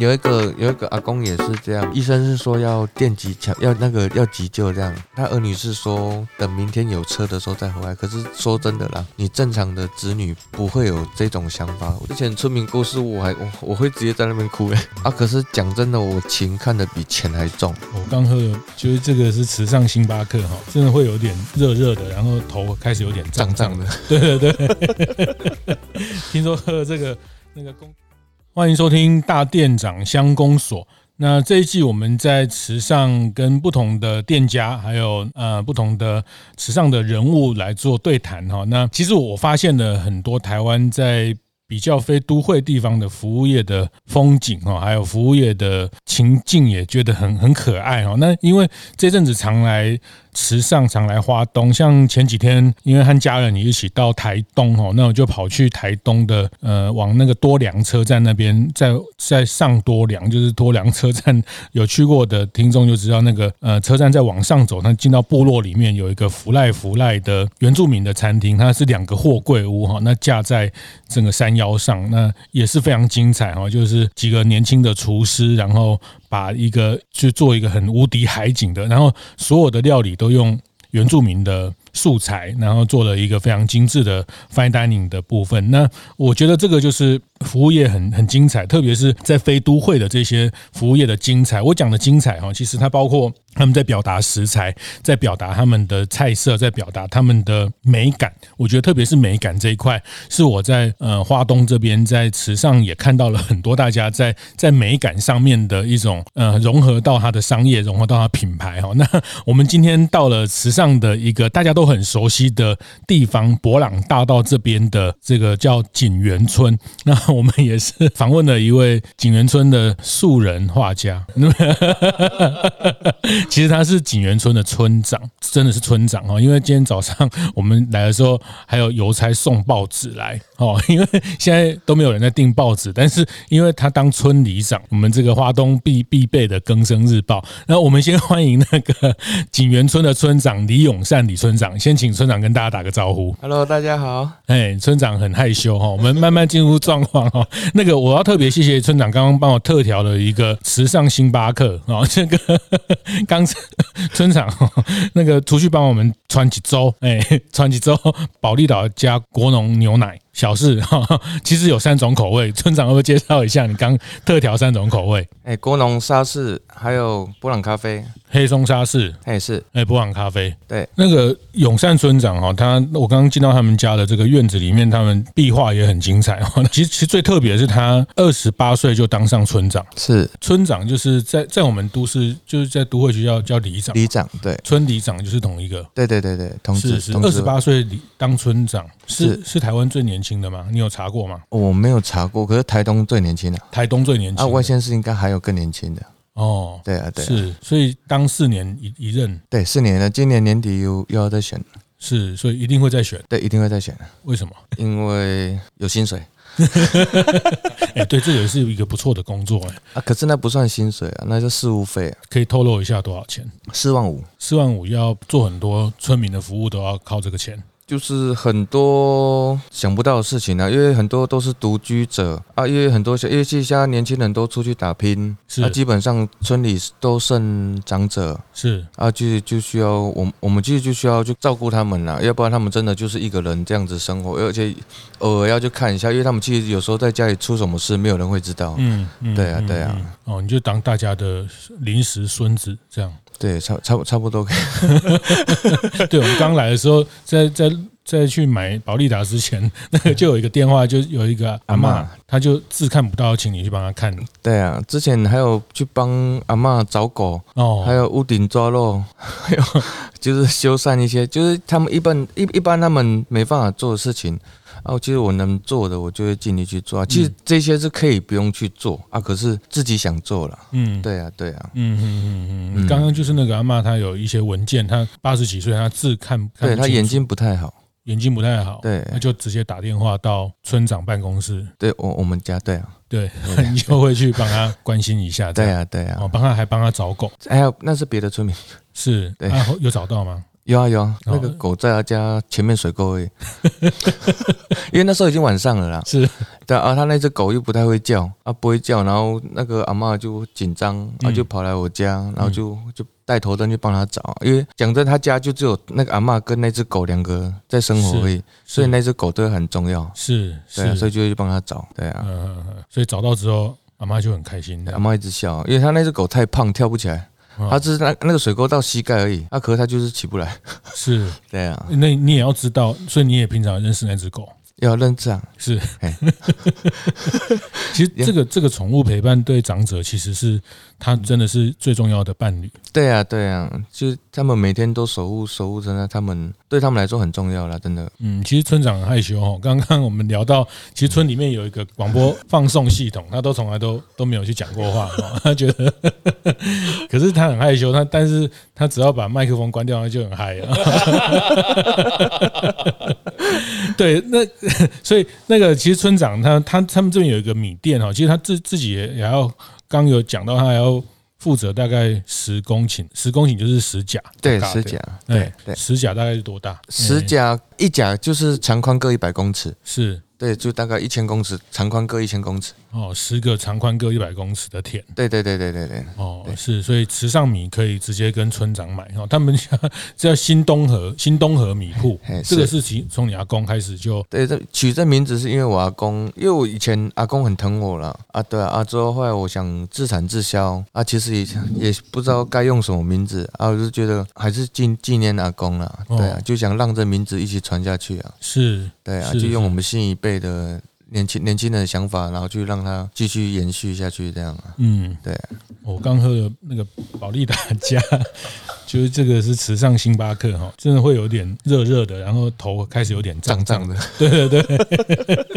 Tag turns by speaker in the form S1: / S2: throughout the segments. S1: 有一个有一个阿公也是这样，医生是说要电击抢，要那个要急救这样。他儿女是说等明天有车的时候再回来。可是说真的啦，你正常的子女不会有这种想法。我之前村民故事我还我我会直接在那边哭哎、啊！可是讲真的，我情看得比钱还重。
S2: 我刚喝的，就是这个是池上星巴克哈，真的会有点热热的，然后头开始有点胀
S1: 胀
S2: 胀
S1: 胀
S2: 的。
S1: 的，
S2: 对对对，听说喝了这个那个公，欢迎收听大店长乡公所。那这一季我们在池上跟不同的店家，还有呃不同的池上的人物来做对谈哈。那其实我发现了很多台湾在比较非都会地方的服务业的风景哈，还有服务业的情境，也觉得很很可爱哈。那因为这阵子常来池上常来花东，像前几天因为和家人一起到台东哦，那我就跑去台东的呃，往那个多良车站那边，在在上多良，就是多良车站有去过的听众就知道，那个呃车站再往上走，它进到部落里面有一个福赖福赖的原住民的餐厅，它是两个货柜屋哈，那架在整个山腰上，那也是非常精彩哈，就是几个年轻的厨师，然后把一个去做一个很无敌海景的，然后所有的料理都用原住民的素材，然后做了一个非常精致的 fine dining 的部分。那我觉得这个就是服务业很很精彩，特别是在非都会的这些服务业的精彩。我讲的精彩哈，其实它包括他们在表达食材，在表达他们的菜色，在表达他们的美感。我觉得特别是美感这一块，是我在呃花东这边在池上也看到了很多大家在在美感上面的一种呃融合到它的商业，融合到它品牌哈、那我们今天到了池上的一个大家都很熟悉的地方——博朗大道这边的这个叫景园村。那我们也是访问了一位景园村的素人画家， 其实他是景园村的村长，真的是村长哦。因为今天早上我们来的时候，还有邮差送报纸来哦， 因为现在都没有人在订报纸，但是因为他当村里长，我们这个花东必必备的《更生日报》。那我们先欢迎那个景园村的村长李永善李村长，先请村长跟大家打个招呼。
S1: Hello，大家好。
S2: 哎，村长很害羞哈，我们慢慢进入状况哈。那个我要特别谢谢村长，刚刚帮我特调了一个时尚星巴克啊， 这个刚 村长哦那个出去帮我们传几周，哎，传几周保利岛加国农牛奶小事哈，其实有三种口味，村长会不会介绍一下你刚特调三种口味？
S1: 哎、国农沙士还有波朗咖啡，
S2: 黑松沙士，
S1: 它也是
S2: 哎，博朗咖啡。
S1: 对，
S2: 那个永善村长哈、他我刚刚进到他们家的这个院子里面，他们壁画也很精彩哦。其实，其实最特别的是他二十八岁就当上村长，
S1: 是
S2: 村长就是在在我们都市就是在都会区叫叫里长，
S1: 里长，对
S2: 村里长就是同一个。
S1: 对对对对，同
S2: 是
S1: 志
S2: 是，
S1: 同
S2: 二
S1: 志
S2: 十八岁里当村长是
S1: 是
S2: 是台湾最年轻的吗？你有查过吗？
S1: 我没有查过，可是台东最年轻的
S2: 台东最年
S1: 啊，
S2: 轻
S1: 外
S2: 的
S1: 县市应该还有更年轻的。
S2: 哦，
S1: 对啊，对啊，
S2: 是，所以当四年一一任
S1: 对，四年了，今年年底又又要再选，
S2: 是，所以一定会再选。
S1: 对，一定会再选，啊
S2: 为什么？
S1: 因为有薪水
S2: 哎、对，这也是一个不错的工作哎、
S1: 啊。可是那不算薪水啊，那就事务费、啊，
S2: 可以透露一下多少钱？
S1: 四万五，
S2: 四万五要做很多村民的服务，都要靠这个钱。
S1: 就是很多想不到的事情啊，因为很多都是独居者啊，因为很多小，因为其实现在年轻人都出去打拼，
S2: 是
S1: 啊，基本上村里都剩长者，
S2: 是
S1: 啊，就就需要我们我们其实就需要去照顾他们啦，要不然他们真的就是一个人这样子生活，而且偶尔要去看一下，因为他们其实有时候在家里出什么事，没有人会知道。
S2: 嗯，嗯
S1: 对啊
S2: 嗯
S1: 对啊
S2: 嗯哦，你就当大家的临时孙子这样。
S1: 对，差差不差不多可以。
S2: 对我们刚来的时候，在在在去买保利达之前，那个就有一个电话，就有一个阿
S1: 阿
S2: 嬷，
S1: 嬷
S2: 她就字看不到，请你去帮她看。
S1: 对啊，之前还有去帮阿嬷找狗，还
S2: 哦，
S1: 有屋顶抓肉， 还有就是修缮一些，就是他们一般一一般他们没办法做的事情。啊，其实我能做的，我就会尽力去做啊。其实
S2: 嗯
S1: 这些是可以不用去做啊，可是自己想做了。
S2: 嗯，
S1: 对啊，对啊。
S2: 嗯。嗯嗯嗯嗯，
S1: 嗯
S2: 刚刚就是那个阿嬷，她有一些文件，她八十几岁，她字看看不
S1: 对他
S2: 清
S1: 眼
S2: 楚
S1: 睛不太好，
S2: 眼睛不太好，
S1: 对
S2: 那就直接打电话到村长办公室，
S1: 对我我们家对啊，
S2: 对，
S1: 对
S2: 你就会去帮他关心一下，
S1: 对
S2: 啊，
S1: 啊，对
S2: 哦，
S1: 啊，
S2: 帮他还帮他找狗，
S1: 还有那是别的村民，
S2: 是，
S1: 对
S2: 啊有找到吗？
S1: 有啊有啊，
S2: 哦
S1: 那个狗在他家前面水沟 而已， 因为那时候已经晚上了啦。
S2: 是，
S1: 对啊，他那只狗又不太会叫，啊不会叫，然后那个阿嬷就紧张，啊
S2: 嗯
S1: 就跑来我家，然后就就带头灯去帮他找，因为讲真，他家就只有那个阿嬷跟那只狗两个在生活而已，所以那只狗对他很重要，
S2: 是
S1: 对啊，
S2: 是，
S1: 所以就会去帮他找，对啊，
S2: 嗯嗯嗯，所以找到之后，阿妈就很开心的
S1: 阿，嬷一直笑，因为他那只狗太胖，跳不起来，
S2: 哦
S1: 它只是那那个水沟到膝盖而已，啊可是它就是起不来，
S2: 是，
S1: 对啊，
S2: 那你也要知道，所以你也平常认识那只狗。
S1: 要认这样，
S2: 是
S1: 哎，
S2: 其实这个这个宠物陪伴对长者其实是他真的是最重要的伴侣，
S1: 对啊对啊，就是他们每天都守护守护着呢，他们对他们来说很重要啦，真的，
S2: 嗯，其实村长很害羞哦。刚刚我们聊到，其实村里面有一个广播放送系统，他都从来都都没有去讲过话、哦，他觉得， 可是他很害羞，他但是他只要把麦克风关掉，他就很嗨啊了。 对，那所以那个其实村长他他他们这边有一个米店哦，其实他自自己也也要刚有讲到，他还要负责大概十公顷，十公顷就是十甲，
S1: 对，
S2: 大
S1: 是这样，
S2: 哎
S1: 对对。
S2: 十甲大概是多大？
S1: 十
S2: 哎
S1: 甲一甲就是长宽各一百公尺，
S2: 是
S1: 对，就大概一千公尺，长宽各一千公尺。
S2: 哦，十个长宽各一百公尺的田
S1: 对对对对对对，
S2: 哦，
S1: 对
S2: 是，所以池上米可以直接跟村长买哦，他们家叫新东河新东河米铺
S1: 嘿，
S2: 这个
S1: 是
S2: 是其从你阿公开始就
S1: 对这取这名字是因为我阿公，因为我以前阿公很疼我了啊，对啊，啊之后后来我想自产自销啊，其实也也不知道该用什么名字啊，我就觉得还是纪纪念阿公啦，对啊
S2: 哦，
S1: 就想让这名字一起传下去啊，
S2: 是
S1: 对啊，
S2: 是
S1: 就用
S2: 是
S1: 我们新一辈的年轻年轻人的想法，然后去让它继续延续下去，这样啊，
S2: 嗯，
S1: 对啊
S2: 我刚喝了那个保利达加， 就是这个是池上星巴克哈，真的会有点热热的，然后头开始有点胀胀
S1: 胀胀的，
S2: 对对对，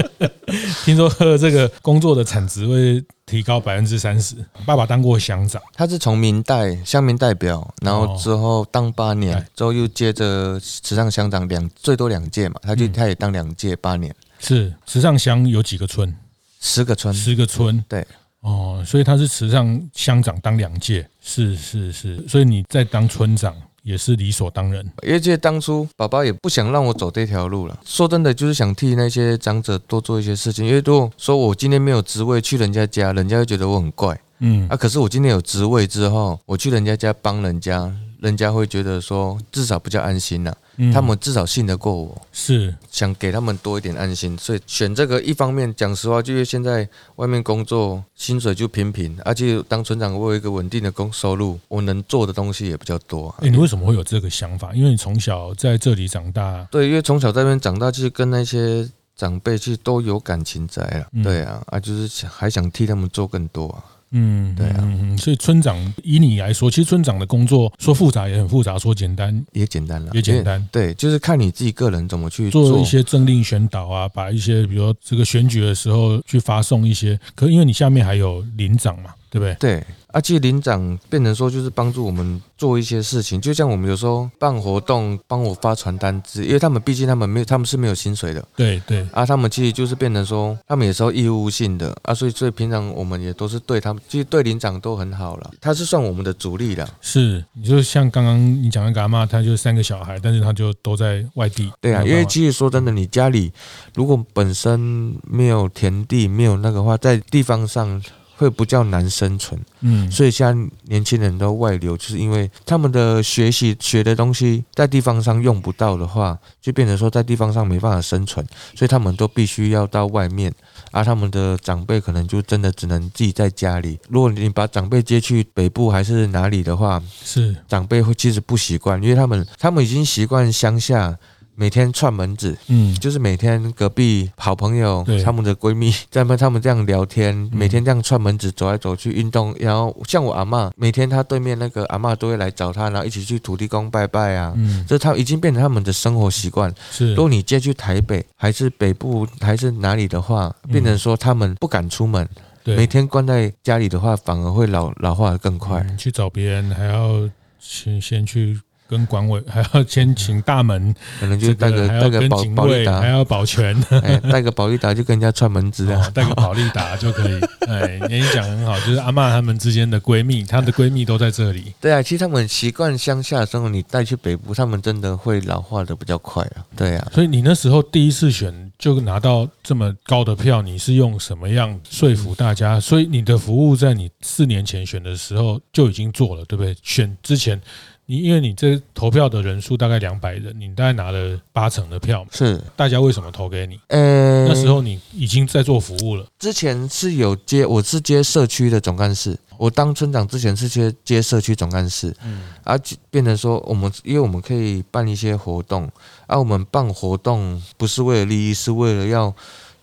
S2: 听说喝了这个工作的产值会提高百分之三十。爸爸当过乡长，
S1: 他是从明代乡民代表，然后
S2: 哦
S1: 之后当八年，
S2: 哎
S1: 之后又接着时尚乡长两最多两届嘛，他就、
S2: 嗯
S1: 他也当两届八年，
S2: 是池上乡有几个村？
S1: 十个村，
S2: 十个村，
S1: 对，
S2: 哦，所以他是池上乡长当两届，是是是，所以你在当村长也是理所当然，
S1: 因为这当初爸爸也不想让我走这条路了，说真的就是想替那些长者多做一些事情，因为如果说我今天没有职位去人家家，人家会觉得我很怪
S2: 嗯
S1: 啊，可是我今天有职位之后，我去人家家帮人家，人家会觉得说至少比较安心了、
S2: 嗯
S1: 他们至少信得过我。
S2: 是
S1: 想给他们多一点安心，所以选这个一方面讲实话，就是现在外面工作薪水就平平，而且当村长我有一个稳定的工收入，我能做的东西也比较多、啊
S2: 哎、。你为什么会有这个想法？因为你从小在这里长大，
S1: 对，因为从小在那边长大，其实跟那些长辈其实都有感情在了。
S2: 嗯
S1: 对啊，啊，就是想还想替他们做更多啊。
S2: 嗯，
S1: 对啊
S2: 嗯，嗯所以村长以你来说，其实村长的工作说复杂也很复杂，说简单
S1: 也简单了，
S2: 也简单
S1: 因为。对，就是看你自己个人怎么去
S2: 做一些政令宣导啊，把一些比如说这个选举的时候去发送一些，可因为你下面还有领长嘛，对不对？
S1: 对，啊，其实领长变成说就是帮助我们做一些事情，就像我们有时候办活动，帮我发传单之，因为他们毕竟他们没有，他们是没有薪水的
S2: 对对，
S1: 啊，他们其实就是变成说，他们也是要义务性的啊，所以所以平常我们也都是对他们，其实对领长都很好了，他是算我们的主力了，
S2: 是，你就像刚刚你讲那个阿妈，她就三个小孩，但是她就都在外地。
S1: 对啊，
S2: 没
S1: 因
S2: 有办
S1: 为
S2: 法
S1: 其实说真的，你家里如果本身没有田地，没有那个话，在地方上会比较难生存。
S2: 嗯，
S1: 所以现在年轻人都外流，就是因为他们的学习学的东西在地方上用不到的话，就变成说在地方上没办法生存，所以他们都必须要到外面。而、他们的长辈可能就真的只能自己在家里。如果你把长辈接去北部还是哪里的话，
S2: 是
S1: 长辈会其实不习惯，因为他们他们已经习惯乡下。每天串门子，
S2: 嗯，
S1: 就是每天隔壁好朋友
S2: 对嗯
S1: 他们的闺蜜在跟他们这样聊天，每天这样串门子走来走去运动，然后像我阿嬷，每天她对面那个阿嬷都会来找她，然后一起去土地公拜拜啊。
S2: 嗯
S1: 这他已经变成他们的生活习惯。
S2: 是
S1: 如果你接去台北，还是北部，还是哪里的话，
S2: 嗯
S1: 变成说他们不敢出门，每
S2: 对，
S1: 天关在家里的话，反而会老老化得更快。
S2: 嗯去找别人还要先先去跟管委， 还要先请大门，
S1: 可能嗯就
S2: 这
S1: 带个
S2: 还
S1: 带
S2: 要
S1: 个
S2: 跟
S1: 保
S2: 警
S1: 保利
S2: 卫，还
S1: 达，
S2: 要保 全，
S1: 哎，带个保利达就跟人家串门子啊
S2: 哦，，带个保利达就可以。哎，你讲得很好，就是阿嬷她们之间的闺蜜，她的闺蜜都在这里。
S1: 对啊，其实他们习惯乡下生活，你带去北部，他们真的会老化的比较快啊。对啊，
S2: 所以你那时候第一次选就拿到这么高的票，你是用什么样说服大家？所以你的服务在你四年前选的时候就已经做了，对不对？选之前，你因为你这投票的人数大概两百人，你大概拿了八成的票嘛，
S1: 是，
S2: 大家为什么投给你？
S1: 呃，
S2: 那时候你已经在做服务了，
S1: 之前是有接，我是接社区的总干事。我当村长之前是接接社区总干事，
S2: 嗯，
S1: 而、且变成说我们，因为我们可以办一些活动，而、我们办活动不是为了利益，是为了要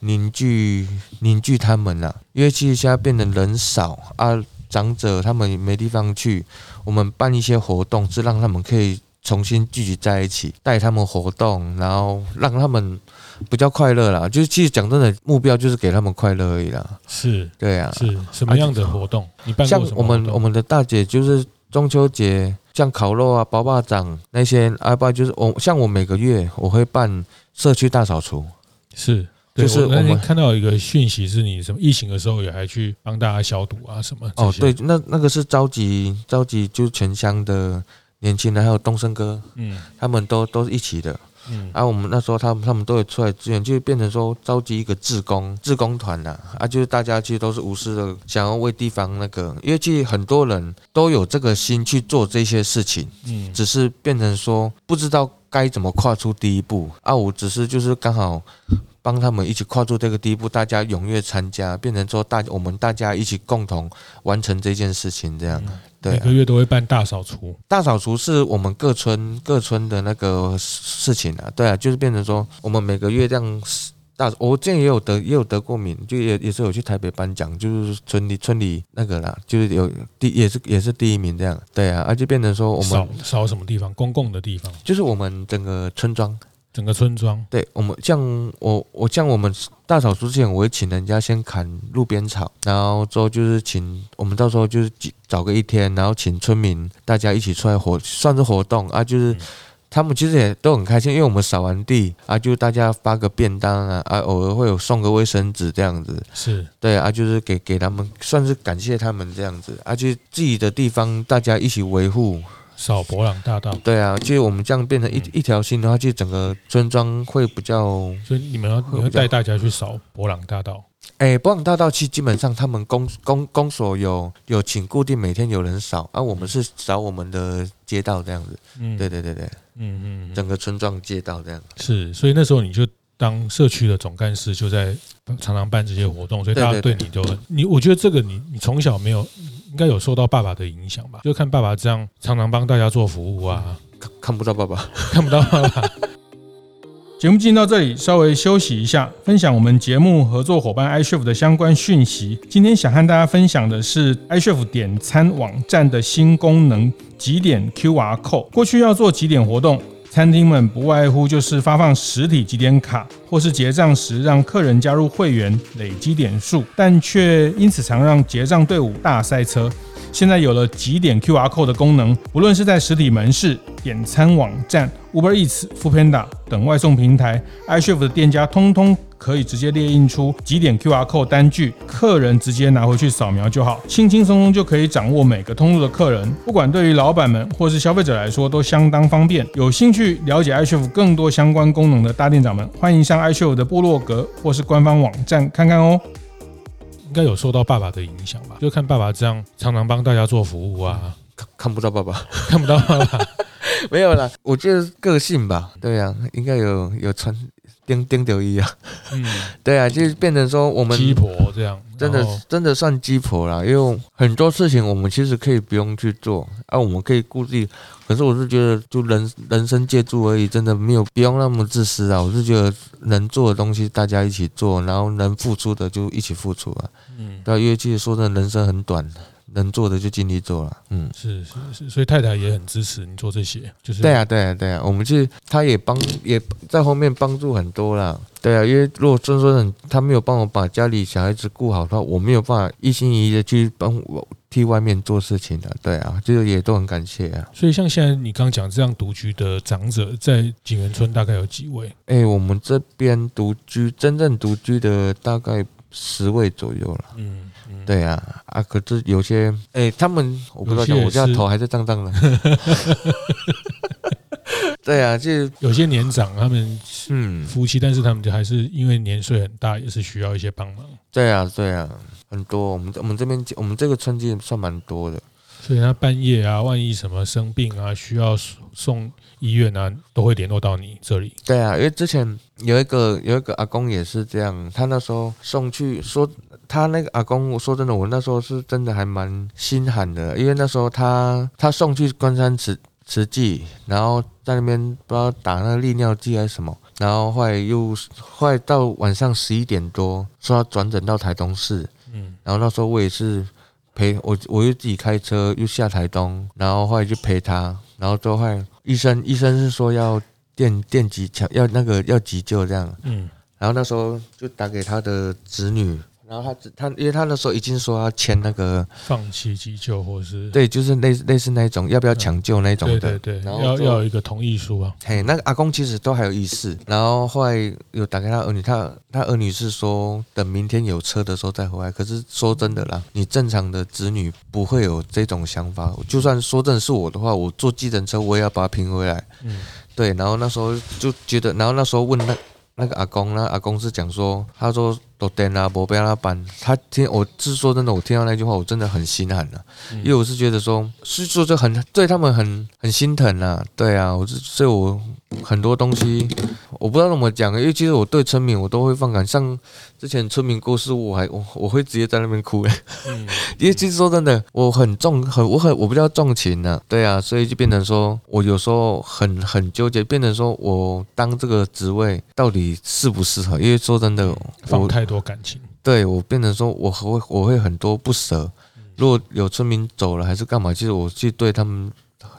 S1: 凝聚凝聚他们呐、因为其实现在变得人少啊，长者他们没地方去，我们办一些活动是让他们可以重新聚集在一起，带他们活动，然后让他们比较快乐啦。就是其实讲真的，目标就是给他们快乐而已啦。
S2: 是
S1: 对啊，
S2: 是什么样的活动？你办
S1: 像
S2: 过什么
S1: 我
S2: 活
S1: 们我
S2: 动？
S1: 们的大姐就是中秋节，像烤肉啊、包霸掌那些，阿爸就是我像我每个月我会办社区大扫除，
S2: 是。对
S1: 就是
S2: 我那
S1: 我
S2: 天
S1: 们
S2: 看到一个讯息，是你什么疫情的时候也还去帮大家消毒啊什么这
S1: 哦，
S2: 些
S1: 对，，那那个是召集召集就是全乡的年轻人，还有东升哥，
S2: 嗯
S1: 他们都都是一起的。
S2: 嗯，
S1: 啊，我们那时候他们他们都有出来支援，就变成说召集一个志工志工团呐、啊，就是大家其实都是无私的，想要为地方那个，因为其实很多人都有这个心去做这些事情，
S2: 嗯
S1: 只是变成说不知道该怎么跨出第一步啊，我只是就是刚好帮他们一起跨出这个第一步，大家踊跃参加，变成说大我们大家一起共同完成这件事情，这样
S2: 嗯
S1: 对
S2: 每
S1: 啊、
S2: 个月都会办大扫除，
S1: 大扫除是我们各村各村的那个事情啊，对啊，就是变成说我们每个月这样大，我之前也有得也有得过名，就也也是有去台北颁奖，就是村里村里那个啦，就是有第也是也是第一名这样，对啊，啊就变成说我
S2: 扫
S1: 们
S2: 扫什么地方？公共的地方，
S1: 就是我们整个村庄，
S2: 整个村庄。
S1: 对我们像我我像我们大扫除之前，我会请人家先砍路边草，然后之后就是请我们到时候就是几找个一天，然后请村民大家一起出来活，算是活动啊，就是
S2: 嗯。
S1: 他们其实也都很开心，因为我们扫完地啊，就大家发个便当啊，啊，偶尔会有送个卫生纸这样子，
S2: 是，
S1: 对啊，就是给给他们算是感谢他们这样子，而、啊、且自己的地方大家一起维护，
S2: 扫博朗大道，
S1: 对啊，就是我们这样变成一
S2: 嗯
S1: 一条心的话，就整个村庄会比较
S2: 所以你们要你要带大家去扫博朗大道。
S1: 哎，博朗大道其实基本上他们公公公所有有请固定每天有人扫，啊，我们是扫我们的街道这样子。
S2: 嗯，
S1: 对，对对对，
S2: 嗯嗯，
S1: 整个村庄街道这样。
S2: 是。所以那时候你就当社区的总干事，就在常常办这些活动，所以大家
S1: 对
S2: 对
S1: 对
S2: 你都很你，我觉得这个你你从小没有。应该有受到爸爸的影响吧？就看爸爸这样常常帮大家做服务啊，
S1: 看看不到爸爸，
S2: 看不到吧？节目进行到这里，稍微休息一下，分享我们节目合作伙伴 iChef 的相关讯息。今天想和大家分享的是 iChef 点餐网站的新功能——几点 QR code。过去要做几点活动，餐厅们不外乎就是发放实体几点卡，或是结账时让客人加入会员累积点数，但却因此常让结账队伍大塞车。现在有了几点 QR code 的功能，不论是在实体门市、点餐网站、Uber Eats、Foodpanda 等外送平台，iChef 的店家通通可以直接列印出几点 QR code 单据，客人直接拿回去扫描就好，轻轻松松就可以掌握每个通路的客人。不管对于老板们或是消费者来说，都相当方便。有兴趣了解 iChef 更多相关功能的大店长们，欢迎上 iChef 的部落格或是官方网站看看哦。应该有受到爸爸的影响吧？就看爸爸这样常常帮大家做服务啊，
S1: 看看不到爸爸，
S2: 看不到爸爸，
S1: 没有啦。我觉得个性吧，对啊，应该有有穿丁丁九一啊，
S2: 嗯，
S1: 对啊，就是变成说我们
S2: 鸡婆这样，
S1: 真
S2: 然
S1: 的
S2: 后
S1: 真的算鸡婆啦，因为很多事情我们其实可以不用去做，啊，我们可以顾自己。可是我是觉得，就人人生借助而已，真的没有不用那么自私啊。我是觉得能做的东西大家一起做，然后能付出的就一起付出啊。
S2: 嗯，
S1: 对啊，因为其实说真的，人生很短，能做的就尽力做了。嗯，
S2: 是是是，所以太太也很支持你做这些，就是
S1: 对啊，对啊，对啊，我们去，他也帮，也在后面帮助很多啦。对啊，因为如果真说很，他没有帮我把家里小孩子顾好的话，我没有办法一心一意的去帮我替外面做事情的。对啊，就是也都很感谢啊。
S2: 所以像现在你刚讲这样独居的长者，在景园村大概有几位？
S1: 哎，我们这边独居，真正独居的大概十位左右了。
S2: 嗯，嗯，
S1: 对啊，啊，可是有些，哎、他们我不知道讲，
S2: 有些也
S1: 我现
S2: 是
S1: 在头还在胀胀的。 对啊，就是
S2: 有些年长他们
S1: 嗯，
S2: 夫妻，但是他们就还是因为年岁很大，也是需要一些帮忙，
S1: 对啊，对啊，很多。我们我们这边我们这个村子算蛮多的。
S2: 所以他半夜啊，万一什么生病啊，需要送医院啊，都会联络到你这里。
S1: 对啊，因为之前有一个有一个阿公也是这样，他那时候送去说他那个阿公，我说真的，我那时候是真的还蛮心寒的，因为那时候他他送去关山慈慈济，然后在那边不知道打那个利尿剂还是什么，然后后来又后来到晚上十一点多说要转诊到台东市，
S2: 嗯，
S1: 然后那时候我也是陪我，我又自己开车又下台东，然后后来就陪他，然后最后后来医生医生是说要电电急抢要那个要急救这样，
S2: 嗯，
S1: 然后那时候就打给他的子女，然后他只他因为他那时候已经说要签那个
S2: 放弃急救或是
S1: 对，就是类似类似那一种要不要抢救那一种
S2: 对
S1: 的，
S2: 对对，
S1: 然后
S2: 要
S1: 就
S2: 要有一个同意书啊。
S1: 嘿，那个阿公其实都还有意识，然后后来有打给他儿女，他他儿女是说等明天有车的时候再回来。可是说真的啦，你正常的子女不会有这种想法。就算说真的是我的话，我坐计程车我也要把它拼回来。
S2: 嗯，
S1: 对，然后那时候就觉得，然后那时候问那那个阿公，那阿公是讲说，他说都等啊，不被他搬。他听我是说真的，我听到那句话，我真的很心寒啊。因为我是觉得说，是说就很对他们很很心疼啊，对啊，我是所以我很多东西我不知道怎么讲，啊因为其实我对村民我都会放感，像之前村民过世，我还我我会直接在那边哭、欸，
S2: 嗯
S1: 因为其实说真的，我很重很我很我比较重情呢、对啊，所以就变成说我有时候很很纠结，变成说我当这个职位到底适不适合，因为说真的，
S2: 嗯放
S1: 我
S2: 太多感情。
S1: 对我变成说我会我会很多不舍，
S2: 嗯
S1: 如果有村民走了还是干嘛，其实我去对他们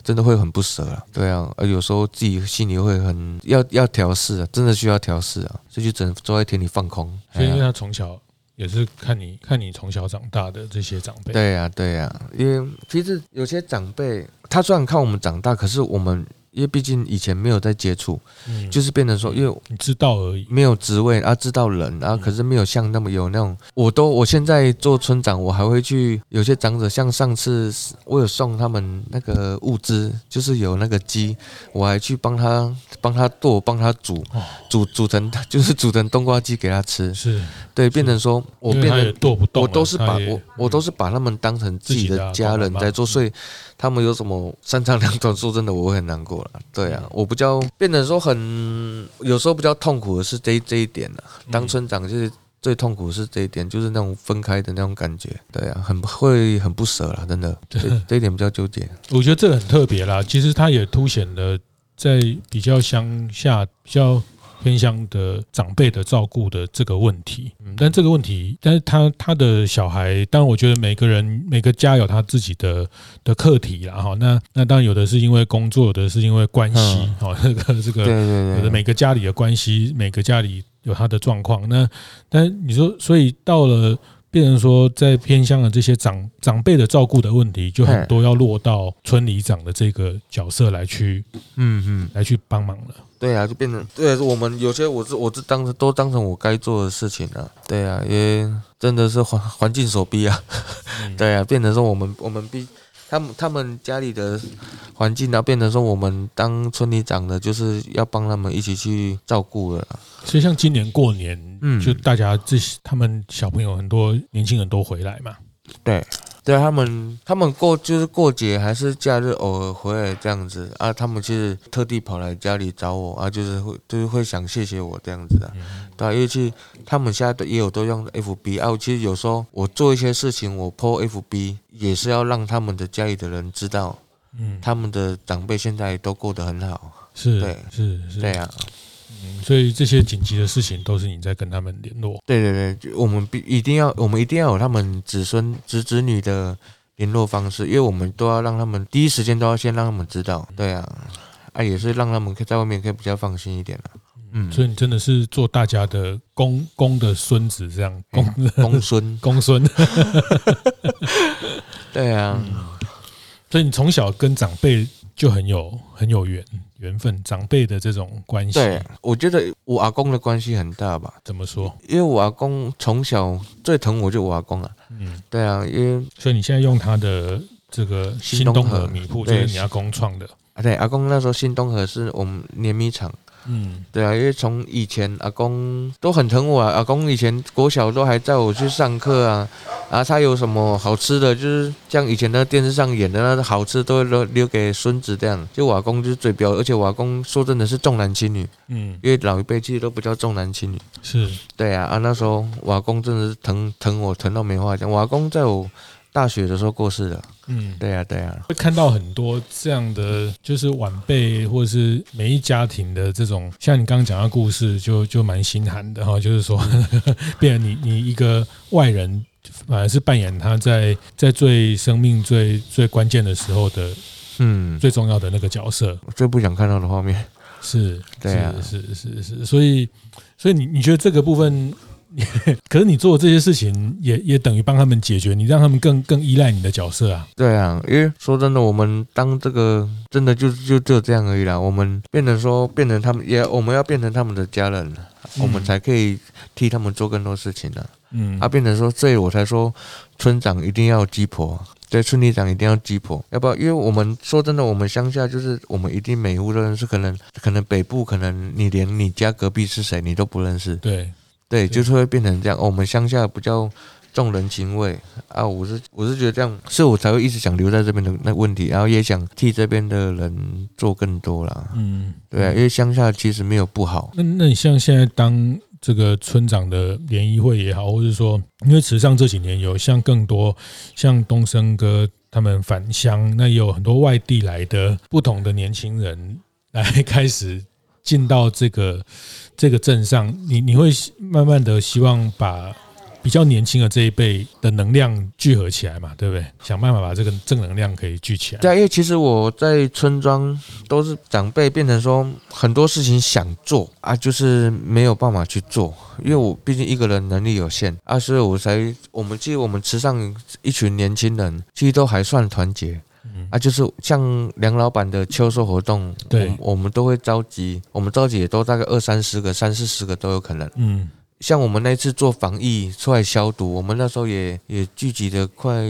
S1: 真的会很不舍啊。对啊，而有时候自己心里会很要要调试啊，真的需要调试啊，所以就只能坐在田里放空。
S2: 所以因
S1: 哎
S2: 为
S1: 呀
S2: 他从小也是看你看你从小长大的这些长辈，
S1: 对呀、啊对呀、因为其实有些长辈，他虽然看我们长大，可是我们因为毕竟以前没有在接触，
S2: 嗯，
S1: 就是变成说，因为
S2: 你知道而已。
S1: 没有职位啊，知道人
S2: 嗯
S1: 啊，可是没有像那么有那种。我都我现在做村长，我还会去有些长者，像上次我有送他们那个物资，就是有那个鸡，我还去帮他帮他剁，帮他煮
S2: 哦，
S1: 煮煮成 就是煮成冬瓜鸡给他吃。
S2: 是，
S1: 对，变成说嗯我
S2: 因
S1: 变
S2: 为他
S1: 成
S2: 也剁不动
S1: 我
S2: 了，
S1: 都是
S2: 他
S1: 把
S2: 也嗯
S1: 我我都是把他们当成自己
S2: 自己的啊
S1: 的家人
S2: 爸爸妈妈
S1: 在做，所以他们有什么三长两短， 说真的，我会很难过了。对
S2: 嗯
S1: 啊，我比较变得说很，有时候比较痛苦的是这一这一点了。啊
S2: 嗯
S1: 当村长就是最痛苦的是这一点，就是那种分开的那种感觉。对啊，很会很不舍了，真的，这这一点比较纠结。
S2: 我觉得这个很特别啦。其实它也凸显了在比较乡下、比较偏乡的长辈的照顾的这个问题。嗯，但这个问题，但是他他的小孩，当然我觉得每个人每个家有他自己的的课题啦。哈，那那当然有的是因为工作，有的是因为关系哦
S1: 嗯，
S2: 哈、这个这
S1: 对
S2: 个
S1: 对
S2: 有的
S1: 对，
S2: 每个家里的关系，每个家里有他的状况。那但你说，所以到了变成说，在偏乡的这些长长辈的照顾的问题，就很多要落到村里长的这个角色来去
S1: 嗯嗯，
S2: 来去帮忙了。
S1: 对啊，就变成对、啊，我们有些我是我是当成都当成我该做的事情了、对啊，因为真的是环环境所逼啊。 对啊，变成说我们我们必他们他们家里的环境啊，变成说我们当村里长的，就是要帮他们一起去照顾了啦。
S2: 所以像今年过年，
S1: 嗯
S2: 就大家这些他们小朋友很多年轻人都回来嘛，
S1: 对啊，他们他们过就是过节还是假日偶尔回来这样子啊，他们其实特地跑来家里找我啊，就是会就是会想谢谢我这样子啊。对啊，因为其实他们现在都也有都用 FB 啊，我其实有时候我做一些事情，我 PO FB 也是要让他们的家里的人知道，
S2: 嗯，
S1: 他们的长辈现在都过得很好。
S2: 是
S1: 对
S2: 是是，
S1: 对啊。
S2: 嗯所以这些紧急的事情都是你在跟他们联络。
S1: 对对对，就我们必一定要，我们一定要有他们子孙子子女的联络方式，因为我们都要让他们第一时间都要先让他们知道，对啊，啊也是让他们可以在外面可以比较放心一点啦、嗯，
S2: 所以你真的是做大家的公公的孙子，这样公，
S1: 嗯公孙
S2: 公孙。
S1: 对啊，
S2: 所以你从小跟长辈就很有很有缘缘分，长辈的这种关系，
S1: 对，我觉得我阿公的关系很大吧，
S2: 怎么说？
S1: 因为我阿公从小最疼我就我阿公啊，
S2: 嗯，
S1: 对啊，因为
S2: 所以你现在用他的这个
S1: 新
S2: 新
S1: 东
S2: 东
S1: 河
S2: 和米铺，就
S1: 对
S2: 是你阿公创的，
S1: 啊对阿公那时候新东河是我们碾米厂，
S2: 嗯，
S1: 对啊，因为从以前阿公都很疼我啊，阿公以前国小都还带我去上课啊，啊，他有什么好吃的，就是像以前那电视上演的那好吃都会留留给孙子这样，就我阿公就是最标，而且我阿公说真的是重男轻女，
S2: 嗯，
S1: 因为老一辈其实都不叫重男轻女，
S2: 是，
S1: 对啊，啊那时候我阿公真的是疼疼我疼到没话讲，我阿公在我大学的时候过世的，
S2: 嗯，
S1: 对啊对啊，
S2: 会看到很多这样的，就是晚辈或者是每一家庭的这种，像你刚刚讲的故事就，就蛮心寒的哈。就是说， 变成你你一个外人，反而是扮演他在在最生命最最关键的时候的
S1: 嗯，
S2: 最重要的那个角色，
S1: 我最不想看到的画面，
S2: 是，
S1: 对啊
S2: 是是是是，所以所以你你觉得这个部分， 可是你做的这些事情也也等于帮他们解决，你让他们更更依赖你的角色啊，
S1: 对啊，因为说真的，我们当这个真的就就就这样而已啦。我们变成说，变成他们也，我们要变成他们的家人了，我们才可以替他们做更多事情呢、
S2: 嗯
S1: 啊，变成说，所以我才说，村长一定要有鸡婆，对，村里长一定要鸡婆，要不然，因为我们说真的，我们乡下就是我们一定每户都认识，可能可能北部可能你连你家隔壁是谁你都不认识，
S2: 对，对
S1: 对，就是会变成这样。哦、我们乡下比较重人情味啊，我是我是觉得这样，所以我才会一直想留在这边的那问题，然后也想替这边的人做更多啦。
S2: 嗯，
S1: 对啊，因为乡下其实没有不好，
S2: 那那你像现在当这个村长的联谊会也好，或者说，因为池上这几年有像更多像东升哥他们返乡，那也有很多外地来的不同的年轻人来开始进到这个这个镇上，你你会慢慢的希望把。比较年轻的这一辈的能量聚合起来嘛，对不对？想办法把这个正能量可以聚起来。
S1: 对啊，因为其实我在村庄都是长辈，变成说很多事情想做啊，就是没有办法去做，因为我毕竟一个人能力有限啊，所以我才我们其实我们池上一群年轻人，其实都还算团结。啊，就是像梁老板的秋收活动，
S2: 嗯对
S1: 我们我们都会召集，我们召集也都大概二三十个、三四十个都有可能。
S2: 嗯，
S1: 像我们那一次做防疫出来消毒，我们那时候也也聚集的快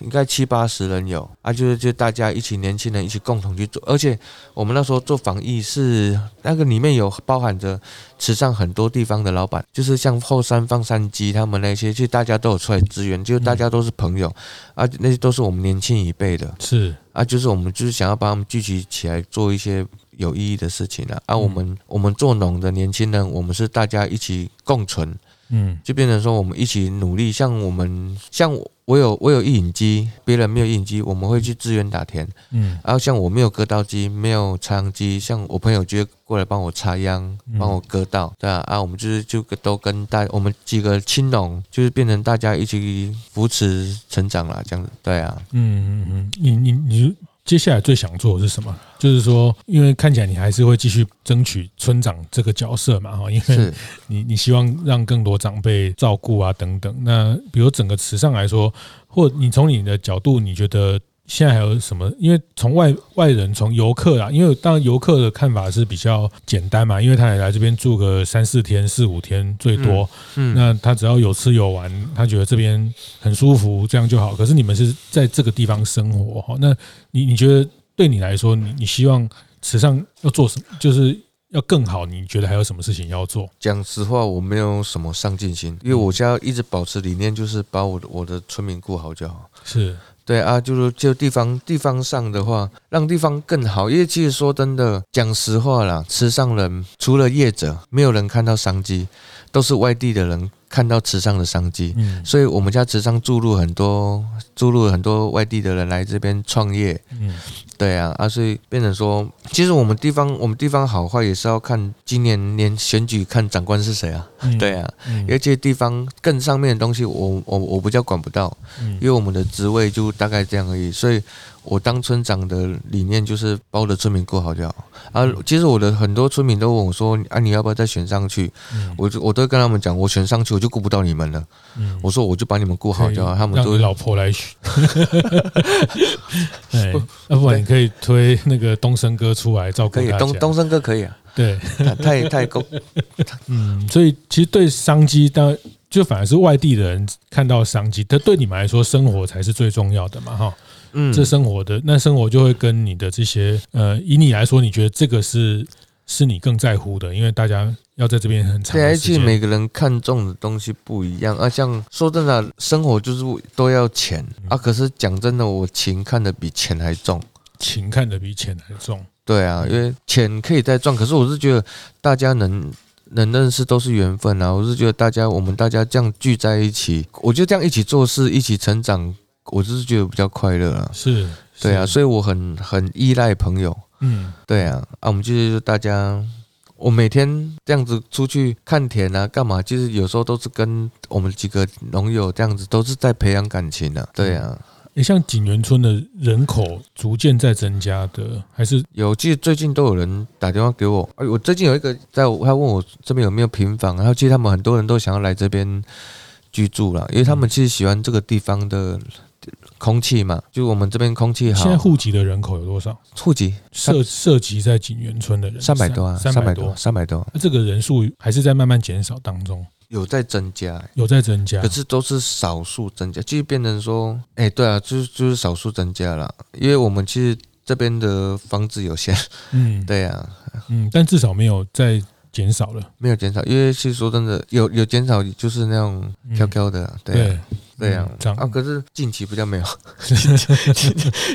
S1: 应该七八十人有啊，就是就大家一起年轻人一起共同去做，而且我们那时候做防疫是那个里面有包含着池上很多地方的老板，就是像后山放山鸡他们那些，其实大家都有出来支援，就是大家都是朋友、啊，那些都是我们年轻一辈的
S2: 是，
S1: 啊，就是我们就是想要把他们聚集起来做一些有意义的事情啊。啊，我们我们做农的年轻人，我们是大家一起共存，
S2: 嗯
S1: 就变成说我们一起努力。像我们像我我有我有一影机，别人没有一影机，我们会去支援打田。
S2: 嗯
S1: 然后像我没有割稻机，没有插秧机，像我朋友就会过来帮我插秧
S2: 嗯，
S1: 帮我割稻，对啊，啊，我们就是就都跟大我们几个青农，就是变成大家一起扶持成长啦，这样子，对啊，
S2: 嗯嗯嗯，你你你接下来最想做的是什么？就是说，因为看起来你还是会继续争取村长这个角色嘛，哈，因为
S1: 是，
S2: 你你希望让更多长辈照顾啊等等。那比如整个池上来说，或你从你的角度，你觉得现在还有什么？因为从外外人从游客啊，因为当然游客的看法是比较简单嘛，因为他也来这边住个三四天、四五天最多，
S1: 嗯，
S2: 那他只要有吃有玩，他觉得这边很舒服，这样就好。可是你们是在这个地方生活，哈，那你你觉得对你来说，你你希望池上要做什么？就是要更好？你觉得还有什么事情要做？
S1: 讲实话，我没有什么上进心，因为我家一直保持理念就是把我的我的村民顾好就好。
S2: 是，
S1: 对啊，就是就地方地方上的话，让地方更好。因为其实说真的，讲实话啦，池上人除了业者，没有人看到商机，都是外地的人看到池上的商机，
S2: 嗯
S1: 所以我们家池上注入很多注入很多外地的人来这边创业，
S2: 嗯
S1: 对啊，啊，所以变成说，其实我们地方我们地方好坏也是要看今年年选举看长官是谁啊，
S2: 嗯
S1: 对啊，
S2: 嗯
S1: 因为这些地方更上面的东西我我我比较管不到，
S2: 嗯
S1: 因为我们的职位就大概这样而已，所以我当村长的理念就是把我的村民过好就好啊。
S2: 嗯
S1: 其实我的很多村民都问我说啊，你要不要再选上去？
S2: 嗯
S1: 我就我都跟他们讲，我选上去我就顾不到你们了，
S2: 嗯
S1: 我说我就把你们顾好就好，他们
S2: 让
S1: 都
S2: 你老婆来选。哎，要不然你可以推那个东升哥出来照顾
S1: 可以
S2: 大，
S1: 东
S2: 家。
S1: 东升哥可以啊，
S2: 对，
S1: 他他也 太够，
S2: 嗯，所以其实对商机，当就反而是外地的人看到商机，但对你们来说，生活才是最重要的嘛，哈。
S1: 嗯，
S2: 这生活的那生活就会跟你的这些呃，以你来说，你觉得这个是呃是你更在乎的，因为大家要在这边很长
S1: 对啊，而
S2: 的时
S1: 且
S2: 间。
S1: 每个人看重的东西不一样啊。像说真的啊，生活就是都要钱
S2: 嗯
S1: 啊。可是讲真的，我情看得比钱还重。
S2: 情看得比钱还重。
S1: 对啊，
S2: 嗯
S1: 因为钱可以再赚，可是我是觉得大家能能认识都是缘分啊。我是觉得大家我们大家这样聚在一起，我觉得这样一起做事，一起成长，我就是觉得比较快乐啊。
S2: 是，
S1: 对啊，
S2: 是
S1: 所以我很很依赖朋友。
S2: 嗯
S1: 对啊，啊，我们就是大家，我每天这样子出去看田啊，干嘛？其实有时候都是跟我们几个农友这样子，都是在培养感情的、啊。对啊，
S2: 诶像景园村的人口逐渐在增加的，还是
S1: 有，其实最近都有人打电话给我，哎，我最近有一个在我，他问我这边有没有平房，啊然后其实他们很多人都想要来这边居住啦，因为他
S2: 嗯
S1: 们其实喜欢这个地方的。空气嘛，就我们这边空气好
S2: 现，在户籍的人口有多少？
S1: 户籍
S2: 涉涉及在景园村的人
S1: 三百多啊，
S2: 三
S1: 三百
S2: 多
S1: 多，，三百多，
S2: 那这个人数还是在慢慢减少当中，
S1: 有在增加、欸
S2: 有在增加
S1: 可。是都是少数增加，就是变成说，哎、对啊，就是就是少数增加了，因为我们其实这边的房子有限，
S2: 嗯，
S1: 对啊，
S2: 嗯，但至少没有再减少了。
S1: 没有减少，因为其实说真的，有有减少就是那种
S2: 嗯
S1: 飘飘的啊、对啊，对啊
S2: 嗯，涨
S1: 啊，可是近期比较没 有，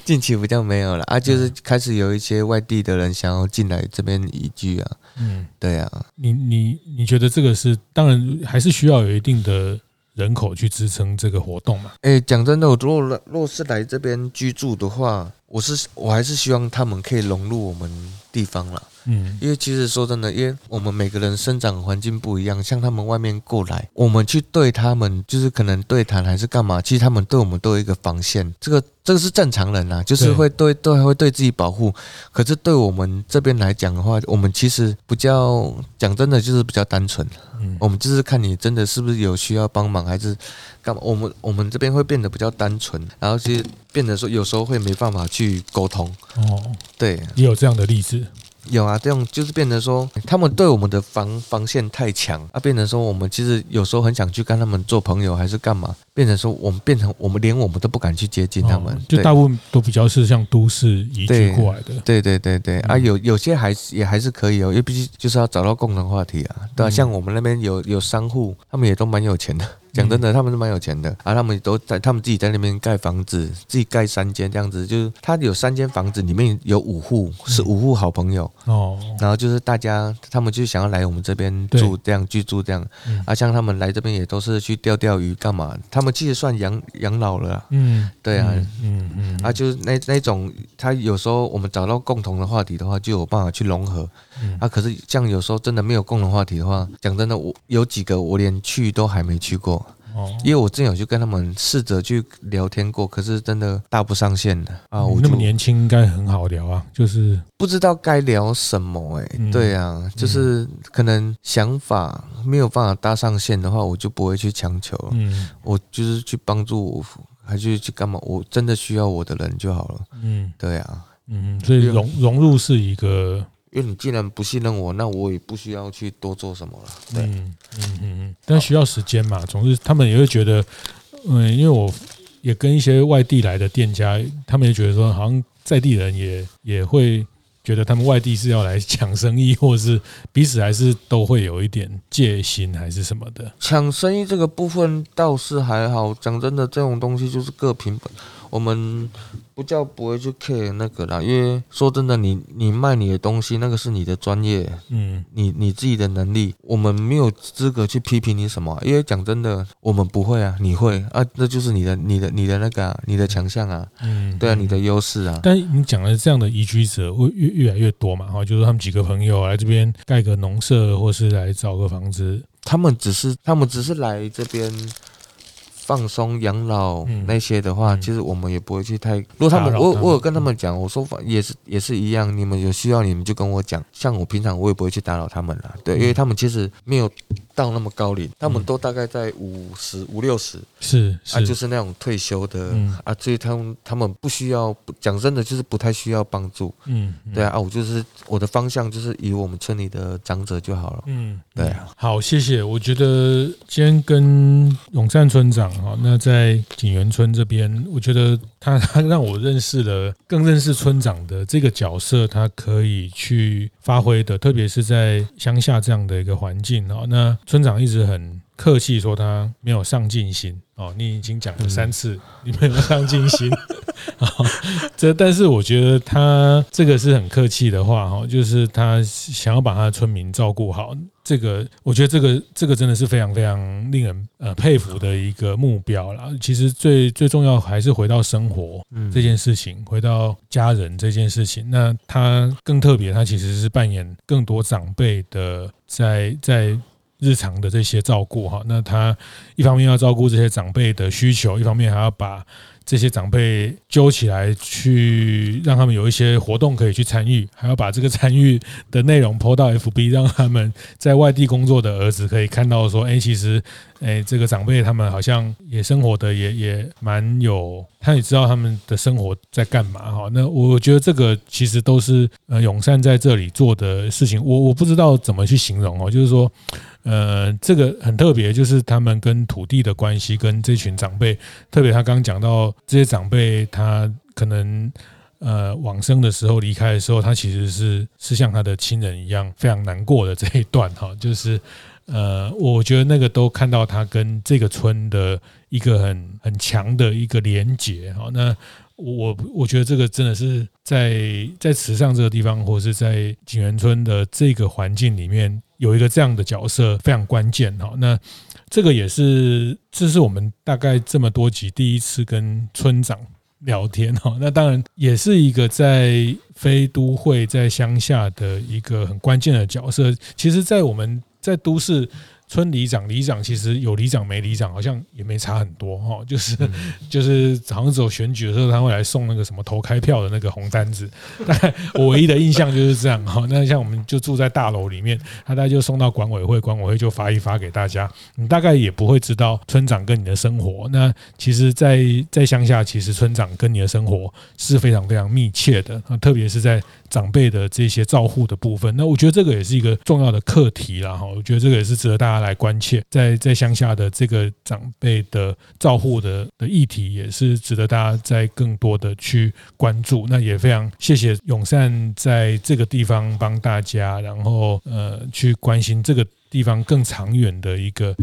S1: 近期比较没有了啊，就是
S2: 嗯
S1: 开始有一些外地的人想要进来这边移居啊，
S2: 嗯，
S1: 对啊，
S2: 你你你觉得这个是当然还是需要有一定的人口去支撑这个活动嘛？
S1: 哎、讲真的，我如果若是来这边居住的话，我是我还是希望他们可以融入我们地方啦。
S2: 嗯
S1: 因为其实说真的，因为我们每个人生长环境不一样，像他们外面过来，我们去对他们，就是可能对谈还是干嘛，其实他们对我们都有一个防线，这个这个是正常人啦、就是
S2: 对
S1: 会对对会对自己保护。可是对我们这边来讲的话，我们其实比较讲真的，就是比较单纯，
S2: 嗯
S1: 我们就是看你真的是不是有需要帮忙，还是干嘛。我们我们这边会变得比较单纯，然后其实变得说有时候会没办法去沟通，
S2: 哦，
S1: 对。
S2: 也有这样的例子。
S1: 有啊，这种就是变成说，他们对我们的防防线太强啊，变成说我们其实有时候很想去跟他们做朋友，还是干嘛？变成说我们变成我们连我们都不敢去接近他们，
S2: 哦就大部分都比较是像都市移居
S1: 对
S2: 过来的。
S1: 对对对对啊，
S2: 嗯
S1: 有有些还是也还是可以哦，因为毕竟就是要找到共同话题啊，对啊，
S2: 嗯
S1: 像我们那边有有商户，他们也都蛮有钱的，讲真的，他们是蛮有钱的啊，他们都在他们自己在那边盖房子，自己盖三间这样子，就是他有三间房子，里面有五户是
S2: 嗯
S1: 五户好朋友，
S2: 哦，
S1: 然后就是大家他们就想要来我们这边
S2: 对
S1: 住，这样居住这样。
S2: 嗯
S1: 啊，像他们来这边也都是去钓钓鱼干嘛？他们其实算养养老了啊、
S2: 嗯，
S1: 对啊。
S2: 嗯嗯嗯
S1: 啊，就是那那种，他有时候我们找到共同的话题的话，就有办法去融合。
S2: 嗯
S1: 啊，可是像有时候真的没有共同话题的话，讲真的，我有几个我连去都还没去过，
S2: 哦，
S1: 因为我之前有去跟他们试着去聊天过，可是真的搭不上线的啊，
S2: 你
S1: 我
S2: 嗯那么
S1: 就
S2: 年轻，应该很好聊啊。就是
S1: 不知道该聊什么哎、
S2: 嗯
S1: 对啊，就是可能想法没有办法搭上线的话，我就不会去强求了，
S2: 嗯
S1: 我就是去帮助我，还是去干嘛？我真的需要我的人就好了。
S2: 嗯
S1: 对啊，
S2: 嗯，所以
S1: 对啊
S2: 融融入是一个
S1: 因为你既然不信任我，那我也不需要去多做什么了。对，
S2: 嗯嗯嗯嗯，但需要时间嘛，总是他们也会觉得，嗯，因为我也跟一些外地来的店家，他们也觉得说，好像在地人也也会觉得他们外地是要来抢生意，或者是彼此还是都会有一点戒心还是什么的。
S1: 抢生意这个部分倒是还好，讲真的，这种东西就是各凭本。我们不叫不会去 care 那个啦，因为说真的，你你卖你的东西，那个是你的专业，
S2: 嗯，
S1: 你你自己的能力，我们没有资格去批评你什么啊，因为讲真的，我们不会啊，你会啊，那就是你的你的你的那个、啊、你的强项啊，
S2: 嗯，
S1: 对啊，你的优势啊，
S2: 但你讲的这样的移居者会越越来越多嘛？哈，就是他们几个朋友来这边盖个农舍，或是来找个房子，
S1: 他们只是他们只是来这边放松养老
S2: 嗯
S1: 那些的话，
S2: 嗯
S1: 其实我们也不会去太。如果他们
S2: 打扰他
S1: 我
S2: 们嗯
S1: 我有跟他们讲，我说反也是也是一样，你们有需要你们就跟我讲。像我平常我也不会去打扰他们啦，对，
S2: 嗯
S1: 因为他们其实没有到那么高龄，他们
S2: 嗯
S1: 都大概在五十五六十
S2: 是，
S1: 啊，就是是那种退休的。
S2: 嗯
S1: 啊，所以他们他们不需要，不讲真的就是不太需要帮助，
S2: 嗯，嗯
S1: 对啊，啊我就是我的方向就是以我们村里的长者就好了。
S2: 嗯，
S1: 对啊
S2: 好，谢谢。我觉得呃今天跟永善村长哈，那在景园村这边，我觉得他他让我认识了，更认识村长的这个角色，他可以去发挥的，特别是在乡下这样的一个环境哦。那村长一直很客气说他没有上进心哦，你已经讲了三
S1: 嗯
S2: 次，你没有上进心。好这但是我觉得他这个是很客气的话哈，就是他想要把他的村民照顾好，这个我觉得这个这个真的是非常非常令人呃佩服的一个目标啦。其实最最重要还是回到生活，
S1: 嗯，
S2: 这件事情，回到家人这件事情，那他更特别，他其实是扮演更多长辈的在在日常的这些照顾哈。那他一方面要照顾这些长辈的需求，一方面还要把这些长辈揪起来，去让他们有一些活动可以去参与，还要把这个参与的内容 PO 到 FB，让他们在外地工作的儿子可以看到说，哎，其实哎，这个长辈他们好像也生活的也也蛮有，他也知道他们的生活在干嘛哈。那我觉得这个其实都是呃永善在这里做的事情，我我不知道怎么去形容哦，就是说，呃，这个很特别，就是他们跟土地的关系，跟这群长辈，特别他刚刚讲到这些长辈，他可能。呃，往生的时候离开的时候，他其实是是像他的亲人一样非常难过的这一段哈，就是 呃，我觉得那个都看到他跟这个村的一个很很强的一个连结哈。那我我我觉得这个真的是在在池上这个地方，或是在景园村的这个环境里面，有一个这样的角色非常关键哈。那这个也是，这是我们大概这么多集第一次跟村长聊天哈。那当然也是一个在非都会、在乡下的一个很关键的角色。其实，在我们在都市。村里长、里长其实有里长没里长，好像也没差很多哈、哦，就是 就是好像只有选举的时候他会来送那个什么投开票的那个红单子，大概我唯一的印象就是这样哈、哦。那像我们就住在大楼里面，他大概就送到管委会，管委会就发一发给大家，你大概也不会知道村长跟你的生活。那其实在，在乡下，其实村长跟你的生活是非常非常密切的，啊，特别是在长辈的这些照护的部分。那我觉得这个也是一个重要的课题啦，哈，我觉得这个也是值得大家来关切，在在乡下的这个长辈的照护的的议题，也是值得大家在更多的去关注。那也非常谢谢永善在这个地方帮大家，然后呃去关心这个地方更长远的一个。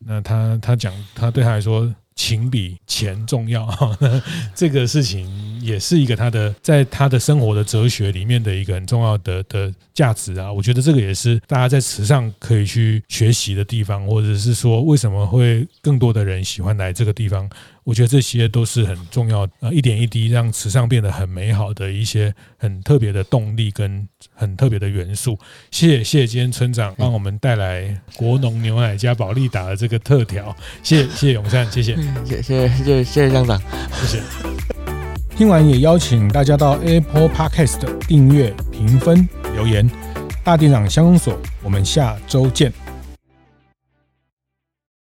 S2: 那他他讲，他对他来说，情比钱重要 哈。那这个事情也是一个他的在他的生活的哲学里面的一个很重要的的价值啊。我觉得这个也是大家在池上可以去学习的地方，或者是说为什么会更多的人喜欢来这个地方。我觉得这些都是很重要，呃，一点一滴让池上变得很美好的一些很特别的动力跟很特别的元素。谢谢谢谢今天村长帮我们带来国农牛奶加保利达的这个特调，谢谢谢谢永善，谢谢。
S1: 谢谢谢谢谢谢乡长。
S2: 谢谢。听完也邀请大家到 Apple Podcast 订阅、评分、留言。大店长相公所，我们下周见，